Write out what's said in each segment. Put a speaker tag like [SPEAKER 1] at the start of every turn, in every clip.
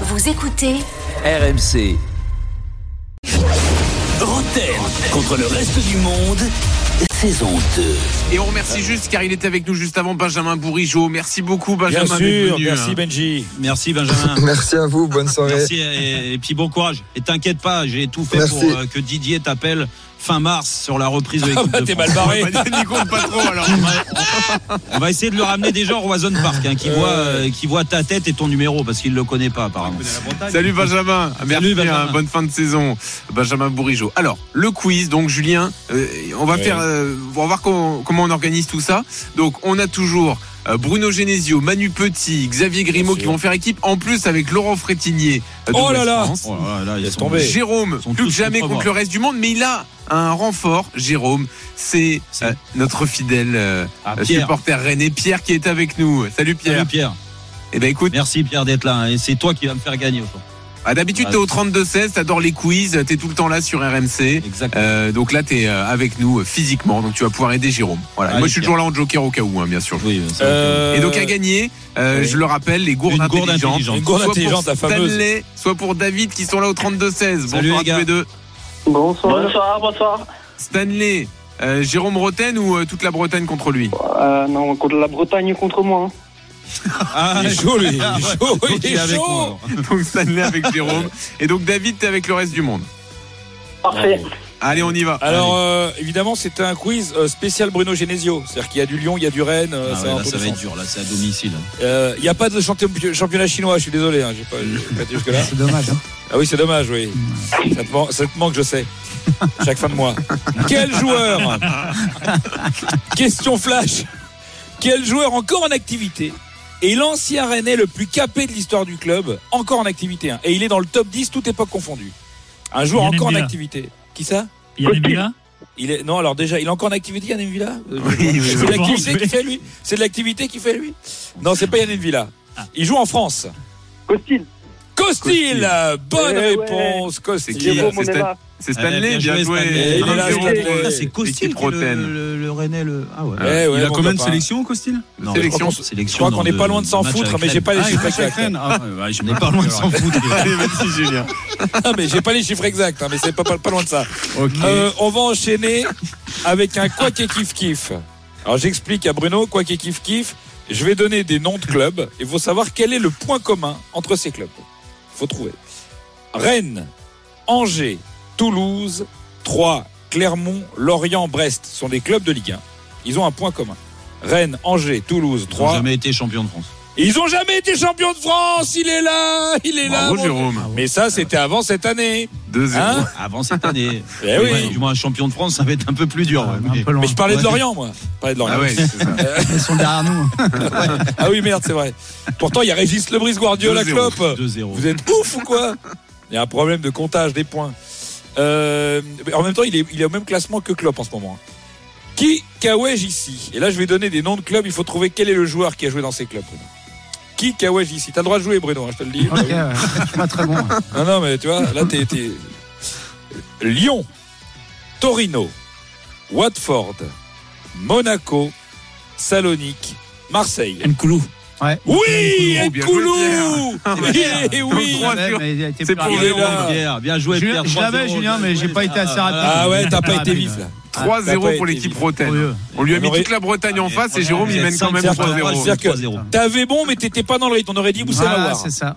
[SPEAKER 1] Vous écoutez
[SPEAKER 2] RMC. Rotten contre le reste du monde, saison 2.
[SPEAKER 3] Et on remercie juste car il était avec nous juste avant Benjamin Bourigeau. Merci beaucoup Benjamin.
[SPEAKER 4] Bien
[SPEAKER 3] d'être
[SPEAKER 4] sûr,
[SPEAKER 3] venu,
[SPEAKER 4] merci
[SPEAKER 3] hein.
[SPEAKER 4] Benji.
[SPEAKER 5] Merci Benjamin.
[SPEAKER 6] Merci à vous, bonne soirée.
[SPEAKER 5] Merci et, et puis bon courage. Et t'inquiète pas, j'ai tout fait
[SPEAKER 6] Merci.
[SPEAKER 5] pour euh, que Didier t'appelle fin mars sur la reprise de l'équipe
[SPEAKER 4] Ah bah,
[SPEAKER 5] de
[SPEAKER 4] t'es
[SPEAKER 5] France.
[SPEAKER 4] mal barré.
[SPEAKER 3] Bah, n'y compte pas trop alors.
[SPEAKER 5] On va- On va essayer de le ramener déjà au Roison Park, hein, qui, voit, euh, qui voit ta tête et ton numéro parce qu'il le connaît pas apparemment.
[SPEAKER 3] Salut Benjamin. Merci,
[SPEAKER 5] Salut, Benjamin.
[SPEAKER 3] hein, bonne fin de saison Benjamin Bourigeau. Alors le quiz donc Julien, euh, on va
[SPEAKER 4] Ouais.
[SPEAKER 3] faire, euh, on va voir comment, comment on organise tout ça. Donc on a toujours euh, Bruno Genesio, Manu Petit, Xavier Grimaud
[SPEAKER 4] sûr.
[SPEAKER 3] qui vont faire équipe en plus avec Laurent Frétinier. euh, de
[SPEAKER 4] Oh là
[SPEAKER 3] West
[SPEAKER 4] là.
[SPEAKER 3] France.
[SPEAKER 5] Oh là là, ils
[SPEAKER 4] Laisse
[SPEAKER 5] sont-
[SPEAKER 4] tomber.
[SPEAKER 3] Jérôme,
[SPEAKER 5] Ils sont
[SPEAKER 3] plus que
[SPEAKER 5] tous
[SPEAKER 3] jamais
[SPEAKER 5] contre
[SPEAKER 3] contre
[SPEAKER 5] moi.
[SPEAKER 3] le reste du monde, mais il a un renfort. Jérôme, c'est
[SPEAKER 5] C'est-
[SPEAKER 3] euh, notre fidèle euh,
[SPEAKER 5] Ah,
[SPEAKER 3] euh,
[SPEAKER 5] Pierre.
[SPEAKER 3] supporter rennais Pierre qui est avec nous. Salut Pierre.
[SPEAKER 5] Salut Pierre.
[SPEAKER 3] Eh ben écoute,
[SPEAKER 5] Merci Pierre d'être là. hein, Et c'est toi qui vas me faire gagner. aujourd'hui.
[SPEAKER 3] ah, d'habitude t'es au 32-16, t'adores les quiz, t'es tout le temps là sur RMC.
[SPEAKER 5] Exactement.
[SPEAKER 3] Euh, donc là t'es euh, avec nous euh, physiquement, donc tu vas pouvoir aider Jérôme. Voilà. Et
[SPEAKER 5] Allez,
[SPEAKER 3] moi je suis
[SPEAKER 5] Pierre.
[SPEAKER 3] toujours là en joker au cas où, hein, bien sûr.
[SPEAKER 5] Oui, c'est-
[SPEAKER 4] Euh,
[SPEAKER 3] Et donc à gagner, euh,
[SPEAKER 4] oui.
[SPEAKER 3] je le rappelle, les gourdes
[SPEAKER 5] Une gourde
[SPEAKER 3] intelligentes.
[SPEAKER 5] intelligente.
[SPEAKER 4] Une gourde
[SPEAKER 3] Soit pour
[SPEAKER 4] intelligente, la fameuse.
[SPEAKER 3] Stanley, soit pour David qui sont là au 32-16.
[SPEAKER 5] Salut,
[SPEAKER 3] Bonsoir à
[SPEAKER 5] les
[SPEAKER 3] tous les
[SPEAKER 5] gars.
[SPEAKER 3] deux.
[SPEAKER 7] Bonsoir. Bonsoir,
[SPEAKER 3] Stanley, euh, Jérôme Roten ou euh, toute la Bretagne contre lui
[SPEAKER 7] Euh, non, contre la Bretagne contre moi. hein.
[SPEAKER 5] Ah,
[SPEAKER 4] Il est chaud, lui. Il est chaud.
[SPEAKER 5] donc
[SPEAKER 4] Il
[SPEAKER 5] il est
[SPEAKER 4] est
[SPEAKER 5] avec moi,
[SPEAKER 4] chaud.
[SPEAKER 5] alors.
[SPEAKER 3] Donc Stanley avec Jérôme. Et donc David, t'es avec le reste du monde.
[SPEAKER 8] Ah,
[SPEAKER 7] Parfait.
[SPEAKER 3] Allez, on y va.
[SPEAKER 4] Alors, euh, évidemment, c'était un quiz euh, spécial Bruno Genesio. C'est-à-dire qu'il y a du Lyon, il y a du Rennes. euh,
[SPEAKER 5] Ah
[SPEAKER 4] ça va
[SPEAKER 5] ouais, là,
[SPEAKER 4] dans tous
[SPEAKER 5] ça
[SPEAKER 4] les
[SPEAKER 5] va être
[SPEAKER 4] sens.
[SPEAKER 5] dur. Là, c'est à domicile.
[SPEAKER 4] Euh, Il n'y a pas de champion- championnat chinois, je suis désolé. Hein, j'ai pas, j'ai pas été jusque-là.
[SPEAKER 8] C'est dommage. Hein.
[SPEAKER 4] Ah oui, c'est dommage, oui. Ça te, man- ça te manque, je sais. Chaque fin de mois. Quel joueur Question flash. Quel joueur encore en activité est l'ancien Rennais le plus capé de l'histoire du club, encore en activité. hein. Et il est dans le top 10, toute époque confondue. Un joueur
[SPEAKER 8] Yann
[SPEAKER 4] encore en
[SPEAKER 8] Mbila.
[SPEAKER 4] activité. Qui ça
[SPEAKER 8] Il y a des Mila
[SPEAKER 4] il est... Non, alors déjà, il est encore en activité, Yann Villa
[SPEAKER 3] oui, oui.
[SPEAKER 4] C'est de l'activité
[SPEAKER 8] pense,
[SPEAKER 4] qui fait lui C'est de l'activité qui fait lui Non, c'est pas Yann Villa. Il joue en France.
[SPEAKER 7] Costil.
[SPEAKER 4] Costil, Bonne
[SPEAKER 7] Eh ouais.
[SPEAKER 4] réponse, Costil.
[SPEAKER 3] C'est qui, là
[SPEAKER 7] Jérôme, on est
[SPEAKER 3] C'est
[SPEAKER 7] là.
[SPEAKER 3] C'est Stanley,
[SPEAKER 5] Eh,
[SPEAKER 3] bien, joué.
[SPEAKER 5] Stanley.
[SPEAKER 4] Il est là,
[SPEAKER 3] 1-0 pour,
[SPEAKER 4] Stanley.
[SPEAKER 3] euh,
[SPEAKER 5] Ah, C'est Costil
[SPEAKER 3] l'équipe
[SPEAKER 5] qui est le,
[SPEAKER 3] Bretagne.
[SPEAKER 5] le, le Rennais. Le... Ah ouais.
[SPEAKER 4] Eh ouais,
[SPEAKER 9] il a
[SPEAKER 4] mon
[SPEAKER 9] combien de
[SPEAKER 4] copain.
[SPEAKER 9] sélections, Costil
[SPEAKER 5] Non, mais
[SPEAKER 3] Sélection.
[SPEAKER 5] je pense- sélection
[SPEAKER 4] Je crois qu'on
[SPEAKER 5] dans
[SPEAKER 4] n'est
[SPEAKER 5] le-
[SPEAKER 4] pas loin de s'en
[SPEAKER 5] match
[SPEAKER 4] foutre,
[SPEAKER 5] avec
[SPEAKER 4] mais j'ai pas les
[SPEAKER 5] Rennes.
[SPEAKER 4] chiffres exacts.
[SPEAKER 9] Ukraine Ah, ouais, je
[SPEAKER 5] On n'est pas loin de s'en foutre.
[SPEAKER 3] Allez, vas-y, Julien.
[SPEAKER 4] Ah, mais j'ai pas les chiffres exacts, hein, mais c'est pas, pas, pas loin de ça.
[SPEAKER 9] Ok.
[SPEAKER 4] Euh, on va enchaîner avec un quoi et kiff kiff. Alors j'explique à Bruno quoi et kiff kiff. Je vais donner des noms de clubs et faut savoir quel est le point commun entre ces clubs. Faut trouver. Rennes, Angers, Toulouse, Troyes, Clermont, Lorient, Brest sont des clubs de Ligue 1. Ils ont un point commun. Rennes, Angers, Toulouse,
[SPEAKER 5] Ils n'ont
[SPEAKER 4] Troyes.
[SPEAKER 5] jamais été champion de France.
[SPEAKER 4] Ils ont jamais été champions de France. Il est là, il est là.
[SPEAKER 3] Bravo,
[SPEAKER 4] mon-
[SPEAKER 3] Jérôme.
[SPEAKER 4] Mais ça, c'était avant cette année.
[SPEAKER 3] 2-0.
[SPEAKER 4] Hein
[SPEAKER 5] Avant cette année.
[SPEAKER 4] Eh
[SPEAKER 5] Ouais,
[SPEAKER 4] oui.
[SPEAKER 5] du moins, champion de France, ça va être un peu plus dur. ouais, mais-
[SPEAKER 8] Un peu loin.
[SPEAKER 4] Mais je parlais de
[SPEAKER 5] Ouais.
[SPEAKER 4] Lorient, moi. Je parlais de Lorient.
[SPEAKER 3] ah ouais, c'est ça.
[SPEAKER 8] Ils sont derrière nous.
[SPEAKER 4] Ah oui, merde, c'est vrai. Pourtant, il y a Régis Lebris Guardiola
[SPEAKER 3] 2-0.
[SPEAKER 4] Klopp.
[SPEAKER 5] 2-0.
[SPEAKER 4] Vous êtes ouf ou quoi Il y a un problème de comptage des points. Euh, mais en même temps, il est, il est au même classement que Klopp en ce moment. hein. Qui Kawaj ici Et là, je vais donner des noms de clubs. Il faut trouver quel est le joueur qui a joué dans ces clubs. Bruno. Qui Kawaj ici T'as le droit de jouer, Bruno, hein, je te le dis.
[SPEAKER 8] Ok, ouais. je suis pas très bon. hein. ouais.
[SPEAKER 4] Non, non, mais tu vois, là, t'es. t'es- Lyon, Torino, Watford, Monaco, Salonique, Marseille.
[SPEAKER 8] Nkoulou. Ouais.
[SPEAKER 4] Oui,
[SPEAKER 3] Nkoulou, bien joué,
[SPEAKER 4] Nkoulou Eh oui
[SPEAKER 3] Trois
[SPEAKER 8] Ouais,
[SPEAKER 3] dur.
[SPEAKER 8] mais il a été
[SPEAKER 3] C'est
[SPEAKER 8] plus
[SPEAKER 3] pour
[SPEAKER 8] rapide.
[SPEAKER 4] les là.
[SPEAKER 5] Pierre, bien joué,
[SPEAKER 8] Je-
[SPEAKER 5] Pierre.
[SPEAKER 8] je l'avais,
[SPEAKER 5] 3-0.
[SPEAKER 8] Julien, mais j'ai pas été assez rapide.
[SPEAKER 4] Ah ouais, t'as pas été vif là.
[SPEAKER 3] 3-0 pour l'équipe Bretagne.
[SPEAKER 8] Curieux.
[SPEAKER 3] On lui a mis
[SPEAKER 4] On aurait-
[SPEAKER 3] toute la Bretagne en
[SPEAKER 5] Ah, mais
[SPEAKER 3] face et
[SPEAKER 5] Bretagne,
[SPEAKER 3] Jérôme, il
[SPEAKER 5] vous
[SPEAKER 3] mène
[SPEAKER 5] êtes
[SPEAKER 3] quand même
[SPEAKER 5] cinq, c'est-à-dire que-
[SPEAKER 3] 3-0.
[SPEAKER 4] C'est-à-dire que
[SPEAKER 5] 3-0.
[SPEAKER 4] t'avais bon, mais t'étais pas dans le rythme. On aurait dit
[SPEAKER 8] Voilà,
[SPEAKER 4] Boussamawa.
[SPEAKER 8] c'est ça.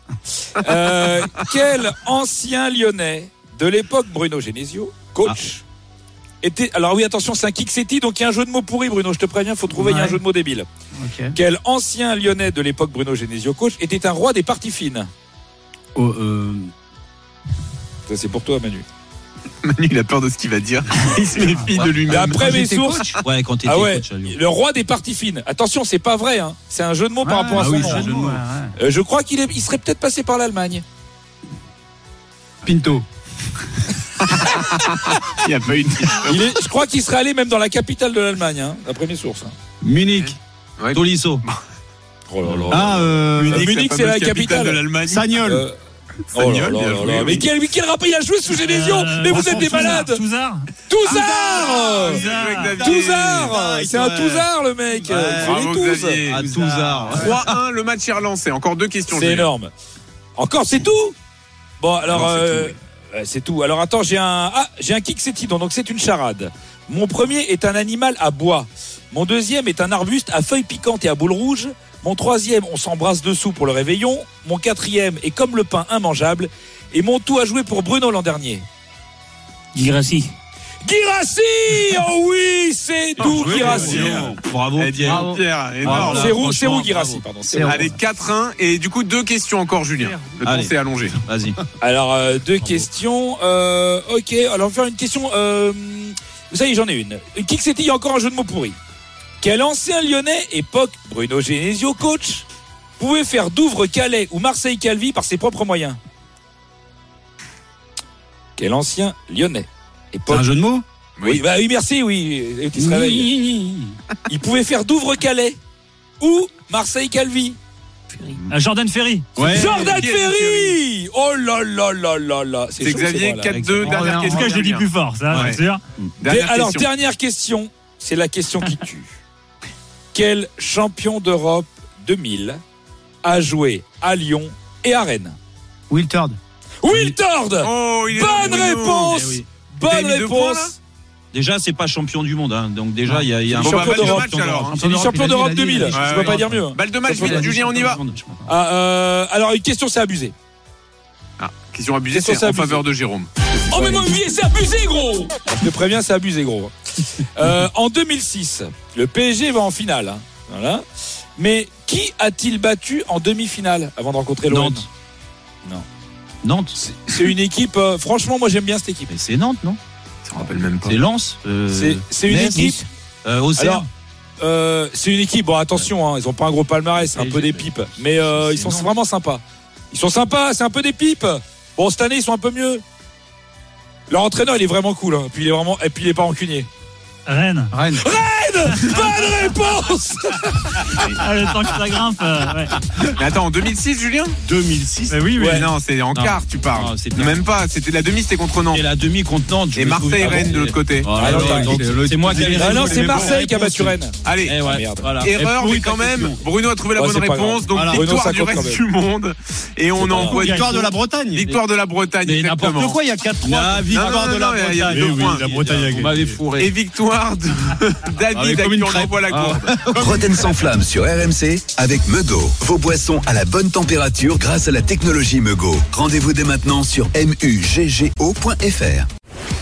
[SPEAKER 4] Euh, quel ancien lyonnais de l'époque, Bruno Genesio, coach était, alors oui, attention, c'est un kick donc il y a un jeu de mots pourri, Bruno, je te préviens, faut trouver, il y a un
[SPEAKER 8] Ouais.
[SPEAKER 4] jeu de mots débile.
[SPEAKER 8] Ok.
[SPEAKER 4] Quel ancien lyonnais de l'époque Bruno Genesio coach était un roi des parties fines
[SPEAKER 5] Oh, euh,
[SPEAKER 4] Ça, c'est pour toi, Manu.
[SPEAKER 3] Manu, il a peur de ce qu'il va dire. Il se méfie de
[SPEAKER 4] Mais
[SPEAKER 3] lui-même.
[SPEAKER 4] après mes
[SPEAKER 5] j'étais
[SPEAKER 4] sources,
[SPEAKER 5] coach Ouais, quand t'étais
[SPEAKER 4] ah ouais,
[SPEAKER 5] coach à Lyon.
[SPEAKER 4] le roi des parties fines. Attention, c'est pas vrai, hein. c'est un jeu de mots par rapport à
[SPEAKER 5] ah
[SPEAKER 4] son
[SPEAKER 5] oui,
[SPEAKER 4] nom.
[SPEAKER 5] c'est un jeu de mots.
[SPEAKER 8] Ouais, ouais.
[SPEAKER 4] Euh, je crois qu'il est- il serait peut-être passé par l'Allemagne.
[SPEAKER 8] Pinto.
[SPEAKER 3] Il n'y a pas eu de.
[SPEAKER 4] Il est- je crois qu'il serait allé même dans la capitale de l'Allemagne, hein, d'après mes sources. hein.
[SPEAKER 5] Munich,
[SPEAKER 3] Ouais.
[SPEAKER 5] Tolisso.
[SPEAKER 8] Ah, euh.
[SPEAKER 4] Munich, c'est la capitale.
[SPEAKER 3] de l'Allemagne.
[SPEAKER 8] Sagnol.
[SPEAKER 4] Euh,
[SPEAKER 3] Ça
[SPEAKER 4] oh là
[SPEAKER 3] miaule,
[SPEAKER 4] là
[SPEAKER 3] bien
[SPEAKER 4] là
[SPEAKER 3] joué,
[SPEAKER 4] là.
[SPEAKER 3] oui.
[SPEAKER 4] Mais quel, mais quel rappel il a joué sous Genesio
[SPEAKER 8] Euh,
[SPEAKER 4] Mais vous
[SPEAKER 8] Vincent
[SPEAKER 4] êtes des
[SPEAKER 8] Touzard.
[SPEAKER 4] malades
[SPEAKER 8] Touzard
[SPEAKER 4] Touzard
[SPEAKER 3] Avec Xavier.
[SPEAKER 4] Touzard C'est un
[SPEAKER 5] Ouais.
[SPEAKER 4] Touzard le mec
[SPEAKER 5] Ouais.
[SPEAKER 4] Il fait les
[SPEAKER 3] Bravo,
[SPEAKER 4] touzes.
[SPEAKER 3] Xavier.
[SPEAKER 5] À Ah, Touzard.
[SPEAKER 3] 3-1, le match est relancé. Encore deux questions.
[SPEAKER 4] C'est
[SPEAKER 3] Julien.
[SPEAKER 4] énorme Encore, c'est tout Bon, alors,
[SPEAKER 3] Alors, c'est
[SPEAKER 4] euh, ouais, c'est tout. Alors, attends, j'ai un. Ah, j'ai un kick, c'est tidon, donc c'est une charade. Mon premier est un animal à bois. Mon deuxième est un arbuste à feuilles piquantes et à boules rouges. Mon troisième, on s'embrasse dessous pour le réveillon. Mon quatrième est comme le pain immangeable. Et mon tout à jouer pour Bruno l'an dernier.
[SPEAKER 2] Girassi.
[SPEAKER 4] Girassi Oh oui, c'est tout
[SPEAKER 3] joué,
[SPEAKER 4] Girassi
[SPEAKER 3] Bruno. Ah,
[SPEAKER 5] Bravo.
[SPEAKER 3] Eh bien,
[SPEAKER 8] Bravo.
[SPEAKER 3] Pierre, énorme.
[SPEAKER 5] Bravo.
[SPEAKER 4] C'est roux, c'est
[SPEAKER 5] franchement,
[SPEAKER 4] roux Girassi,
[SPEAKER 5] bravo.
[SPEAKER 4] pardon.
[SPEAKER 8] C'est roux.
[SPEAKER 3] Allez, 4-1. Et du coup, deux questions encore, Julien. Le temps
[SPEAKER 5] Allez.
[SPEAKER 3] s'est allongé.
[SPEAKER 5] Vas-y.
[SPEAKER 4] Alors, euh, deux questions. Euh, ok, alors on va faire une question. Euh, vous savez, j'en ai une. Qui que c'était Il y a encore un jeu de mots pourri. Quel ancien lyonnais, époque Bruno Genesio, coach, pouvait faire Douvres-Calais ou Marseille-Calvi par ses propres moyens Quel ancien lyonnais,
[SPEAKER 5] C'est
[SPEAKER 4] époque.
[SPEAKER 5] un jeu de mots
[SPEAKER 4] Oui, bah oui, merci, oui. euh, Tu se réveilles. Il pouvait faire Douvres-Calais ou Marseille-Calvi.
[SPEAKER 2] Ah, Jordan Ferry.
[SPEAKER 5] Ouais.
[SPEAKER 4] Jordan
[SPEAKER 3] Eh, Xavier
[SPEAKER 4] Ferry Oh là là là là là
[SPEAKER 3] C'est
[SPEAKER 4] chaud,
[SPEAKER 3] Xavier,
[SPEAKER 4] bon, là.
[SPEAKER 3] 4-2. Dernière
[SPEAKER 8] En
[SPEAKER 2] En tout
[SPEAKER 3] question.
[SPEAKER 2] cas, je le dis plus fort, ça,
[SPEAKER 3] Ouais.
[SPEAKER 2] c'est sûr.
[SPEAKER 3] Dernière
[SPEAKER 4] Dé- Alors,
[SPEAKER 3] question.
[SPEAKER 4] dernière question, c'est la question qui tue. Quel champion d'Europe 2000 a joué à Lyon et à Rennes
[SPEAKER 8] Will Turd.
[SPEAKER 4] Will Tord
[SPEAKER 3] Oh, il est
[SPEAKER 4] Bonne
[SPEAKER 3] dans le Bruno.
[SPEAKER 4] réponse
[SPEAKER 5] Eh oui.
[SPEAKER 3] T'as
[SPEAKER 4] Bonne
[SPEAKER 3] mis deux points, là
[SPEAKER 4] réponse
[SPEAKER 5] Déjà, c'est pas champion du monde. hein. Donc, déjà, il y a, il y a un
[SPEAKER 4] Champion
[SPEAKER 3] Bon, bah, balle de
[SPEAKER 4] d'Europe,
[SPEAKER 3] match alors. hein.
[SPEAKER 4] C'est du champion
[SPEAKER 8] il a dit,
[SPEAKER 4] d'Europe
[SPEAKER 8] il a dit,
[SPEAKER 4] 2000,
[SPEAKER 8] il a dit,
[SPEAKER 4] je
[SPEAKER 3] ouais,
[SPEAKER 4] peux
[SPEAKER 3] ouais.
[SPEAKER 4] pas dire mieux.
[SPEAKER 3] Balle de match,
[SPEAKER 4] Champion
[SPEAKER 3] vite,
[SPEAKER 4] d'Europe.
[SPEAKER 3] Julien, on y va.
[SPEAKER 4] Ah, euh, alors, une question, c'est abusé.
[SPEAKER 3] Ah, Question abusée,
[SPEAKER 4] Question,
[SPEAKER 3] c'est en
[SPEAKER 4] c'est
[SPEAKER 3] faveur de Jérôme.
[SPEAKER 4] Oh, mais mon vieil, c'est abusé, gros Je te préviens, c'est abusé, gros. Euh, en 2006, le PSG va en finale. hein. Voilà. Mais qui a-t-il battu en demi-finale avant de rencontrer l'OM
[SPEAKER 5] Nantes. Nantes.
[SPEAKER 4] C'est- C'est une équipe. euh, franchement, moi j'aime bien cette équipe.
[SPEAKER 5] Mais c'est Nantes, non
[SPEAKER 3] Ça me rappelle même pas.
[SPEAKER 5] C'est Lens. euh,
[SPEAKER 4] C'est c'est une
[SPEAKER 5] Metz,
[SPEAKER 4] équipe.
[SPEAKER 5] Nice, euh, Auxerre.
[SPEAKER 4] Alors, euh, c'est une équipe. Bon, attention, hein, ils ont pas un gros palmarès, c'est un
[SPEAKER 5] Mais
[SPEAKER 4] peu
[SPEAKER 5] j'ai-
[SPEAKER 4] des pipes. Mais euh,
[SPEAKER 5] c'est
[SPEAKER 4] ils sont
[SPEAKER 5] énorme.
[SPEAKER 4] vraiment sympas. Ils sont sympas, c'est un peu des pipes. Bon, cette année, ils sont un peu mieux. Leur entraîneur, il est vraiment cool. hein. Puis il est vraiment, et puis il est pas rancunier.
[SPEAKER 2] Rennes.
[SPEAKER 8] Rennes.
[SPEAKER 4] Bonne réponse.
[SPEAKER 2] Ah, le temps que ça grimpe. euh, ouais.
[SPEAKER 3] Mais attends, en 2006, Julien
[SPEAKER 5] 2006.
[SPEAKER 2] Mais oui, mais.
[SPEAKER 3] Ouais, non, c'est en
[SPEAKER 5] Non.
[SPEAKER 3] quart, tu parles.
[SPEAKER 5] Non, c'est bien.
[SPEAKER 3] même pas, c'était la demi, c'était contre Nantes.
[SPEAKER 5] Et la demi-contre Nantes. je
[SPEAKER 3] Et
[SPEAKER 5] me
[SPEAKER 3] Marseille
[SPEAKER 5] souviens.
[SPEAKER 3] Rennes de l'autre côté.
[SPEAKER 5] Voilà,
[SPEAKER 4] Ah, non,
[SPEAKER 5] donc,
[SPEAKER 4] t'as-
[SPEAKER 5] donc,
[SPEAKER 8] le-
[SPEAKER 5] c'est moi qui avais
[SPEAKER 4] Ah non,
[SPEAKER 5] raison,
[SPEAKER 4] c'est
[SPEAKER 5] les mêmes
[SPEAKER 4] Marseille qui a battu
[SPEAKER 5] réponses.
[SPEAKER 4] Rennes.
[SPEAKER 3] Allez,
[SPEAKER 5] Eh ouais,
[SPEAKER 4] merde.
[SPEAKER 5] voilà.
[SPEAKER 3] erreur,
[SPEAKER 5] Et
[SPEAKER 3] mais
[SPEAKER 5] pourri
[SPEAKER 3] quand
[SPEAKER 5] ta
[SPEAKER 3] même,
[SPEAKER 5] question.
[SPEAKER 3] Bruno a trouvé la
[SPEAKER 4] Ouais,
[SPEAKER 3] bonne
[SPEAKER 4] c'est pas
[SPEAKER 3] réponse.
[SPEAKER 4] grave.
[SPEAKER 3] Donc
[SPEAKER 4] Voilà.
[SPEAKER 3] victoire
[SPEAKER 4] Bruno,
[SPEAKER 3] du
[SPEAKER 4] ça compte
[SPEAKER 3] reste
[SPEAKER 4] quand
[SPEAKER 3] du monde. Et on
[SPEAKER 4] pas
[SPEAKER 3] envoie
[SPEAKER 2] grave.
[SPEAKER 8] Victoire de la Bretagne.
[SPEAKER 3] victoire de la Bretagne.
[SPEAKER 5] Mais n'importe
[SPEAKER 3] exactement.
[SPEAKER 8] Pourquoi il y a 4-3
[SPEAKER 5] La
[SPEAKER 3] victoire Non, non, de la non, il y a- il y a Bretagne. deux
[SPEAKER 8] Mais oui,
[SPEAKER 3] points.
[SPEAKER 8] la Bretagne a
[SPEAKER 5] On
[SPEAKER 8] gagné.
[SPEAKER 5] m'avait fourré.
[SPEAKER 3] Et victoire de David
[SPEAKER 8] mais
[SPEAKER 3] à
[SPEAKER 8] comme
[SPEAKER 3] qui
[SPEAKER 8] une
[SPEAKER 3] on
[SPEAKER 8] crêpe.
[SPEAKER 3] envoie la courbe.
[SPEAKER 1] Roten sans flamme sur RMC avec Mego. Vos boissons à la bonne température grâce à la technologie Mego. Rendez-vous dès maintenant sur muggo.fr.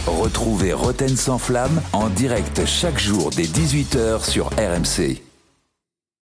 [SPEAKER 6] Retrouvez Roten sans flamme en direct chaque jour dès 18h sur RMC.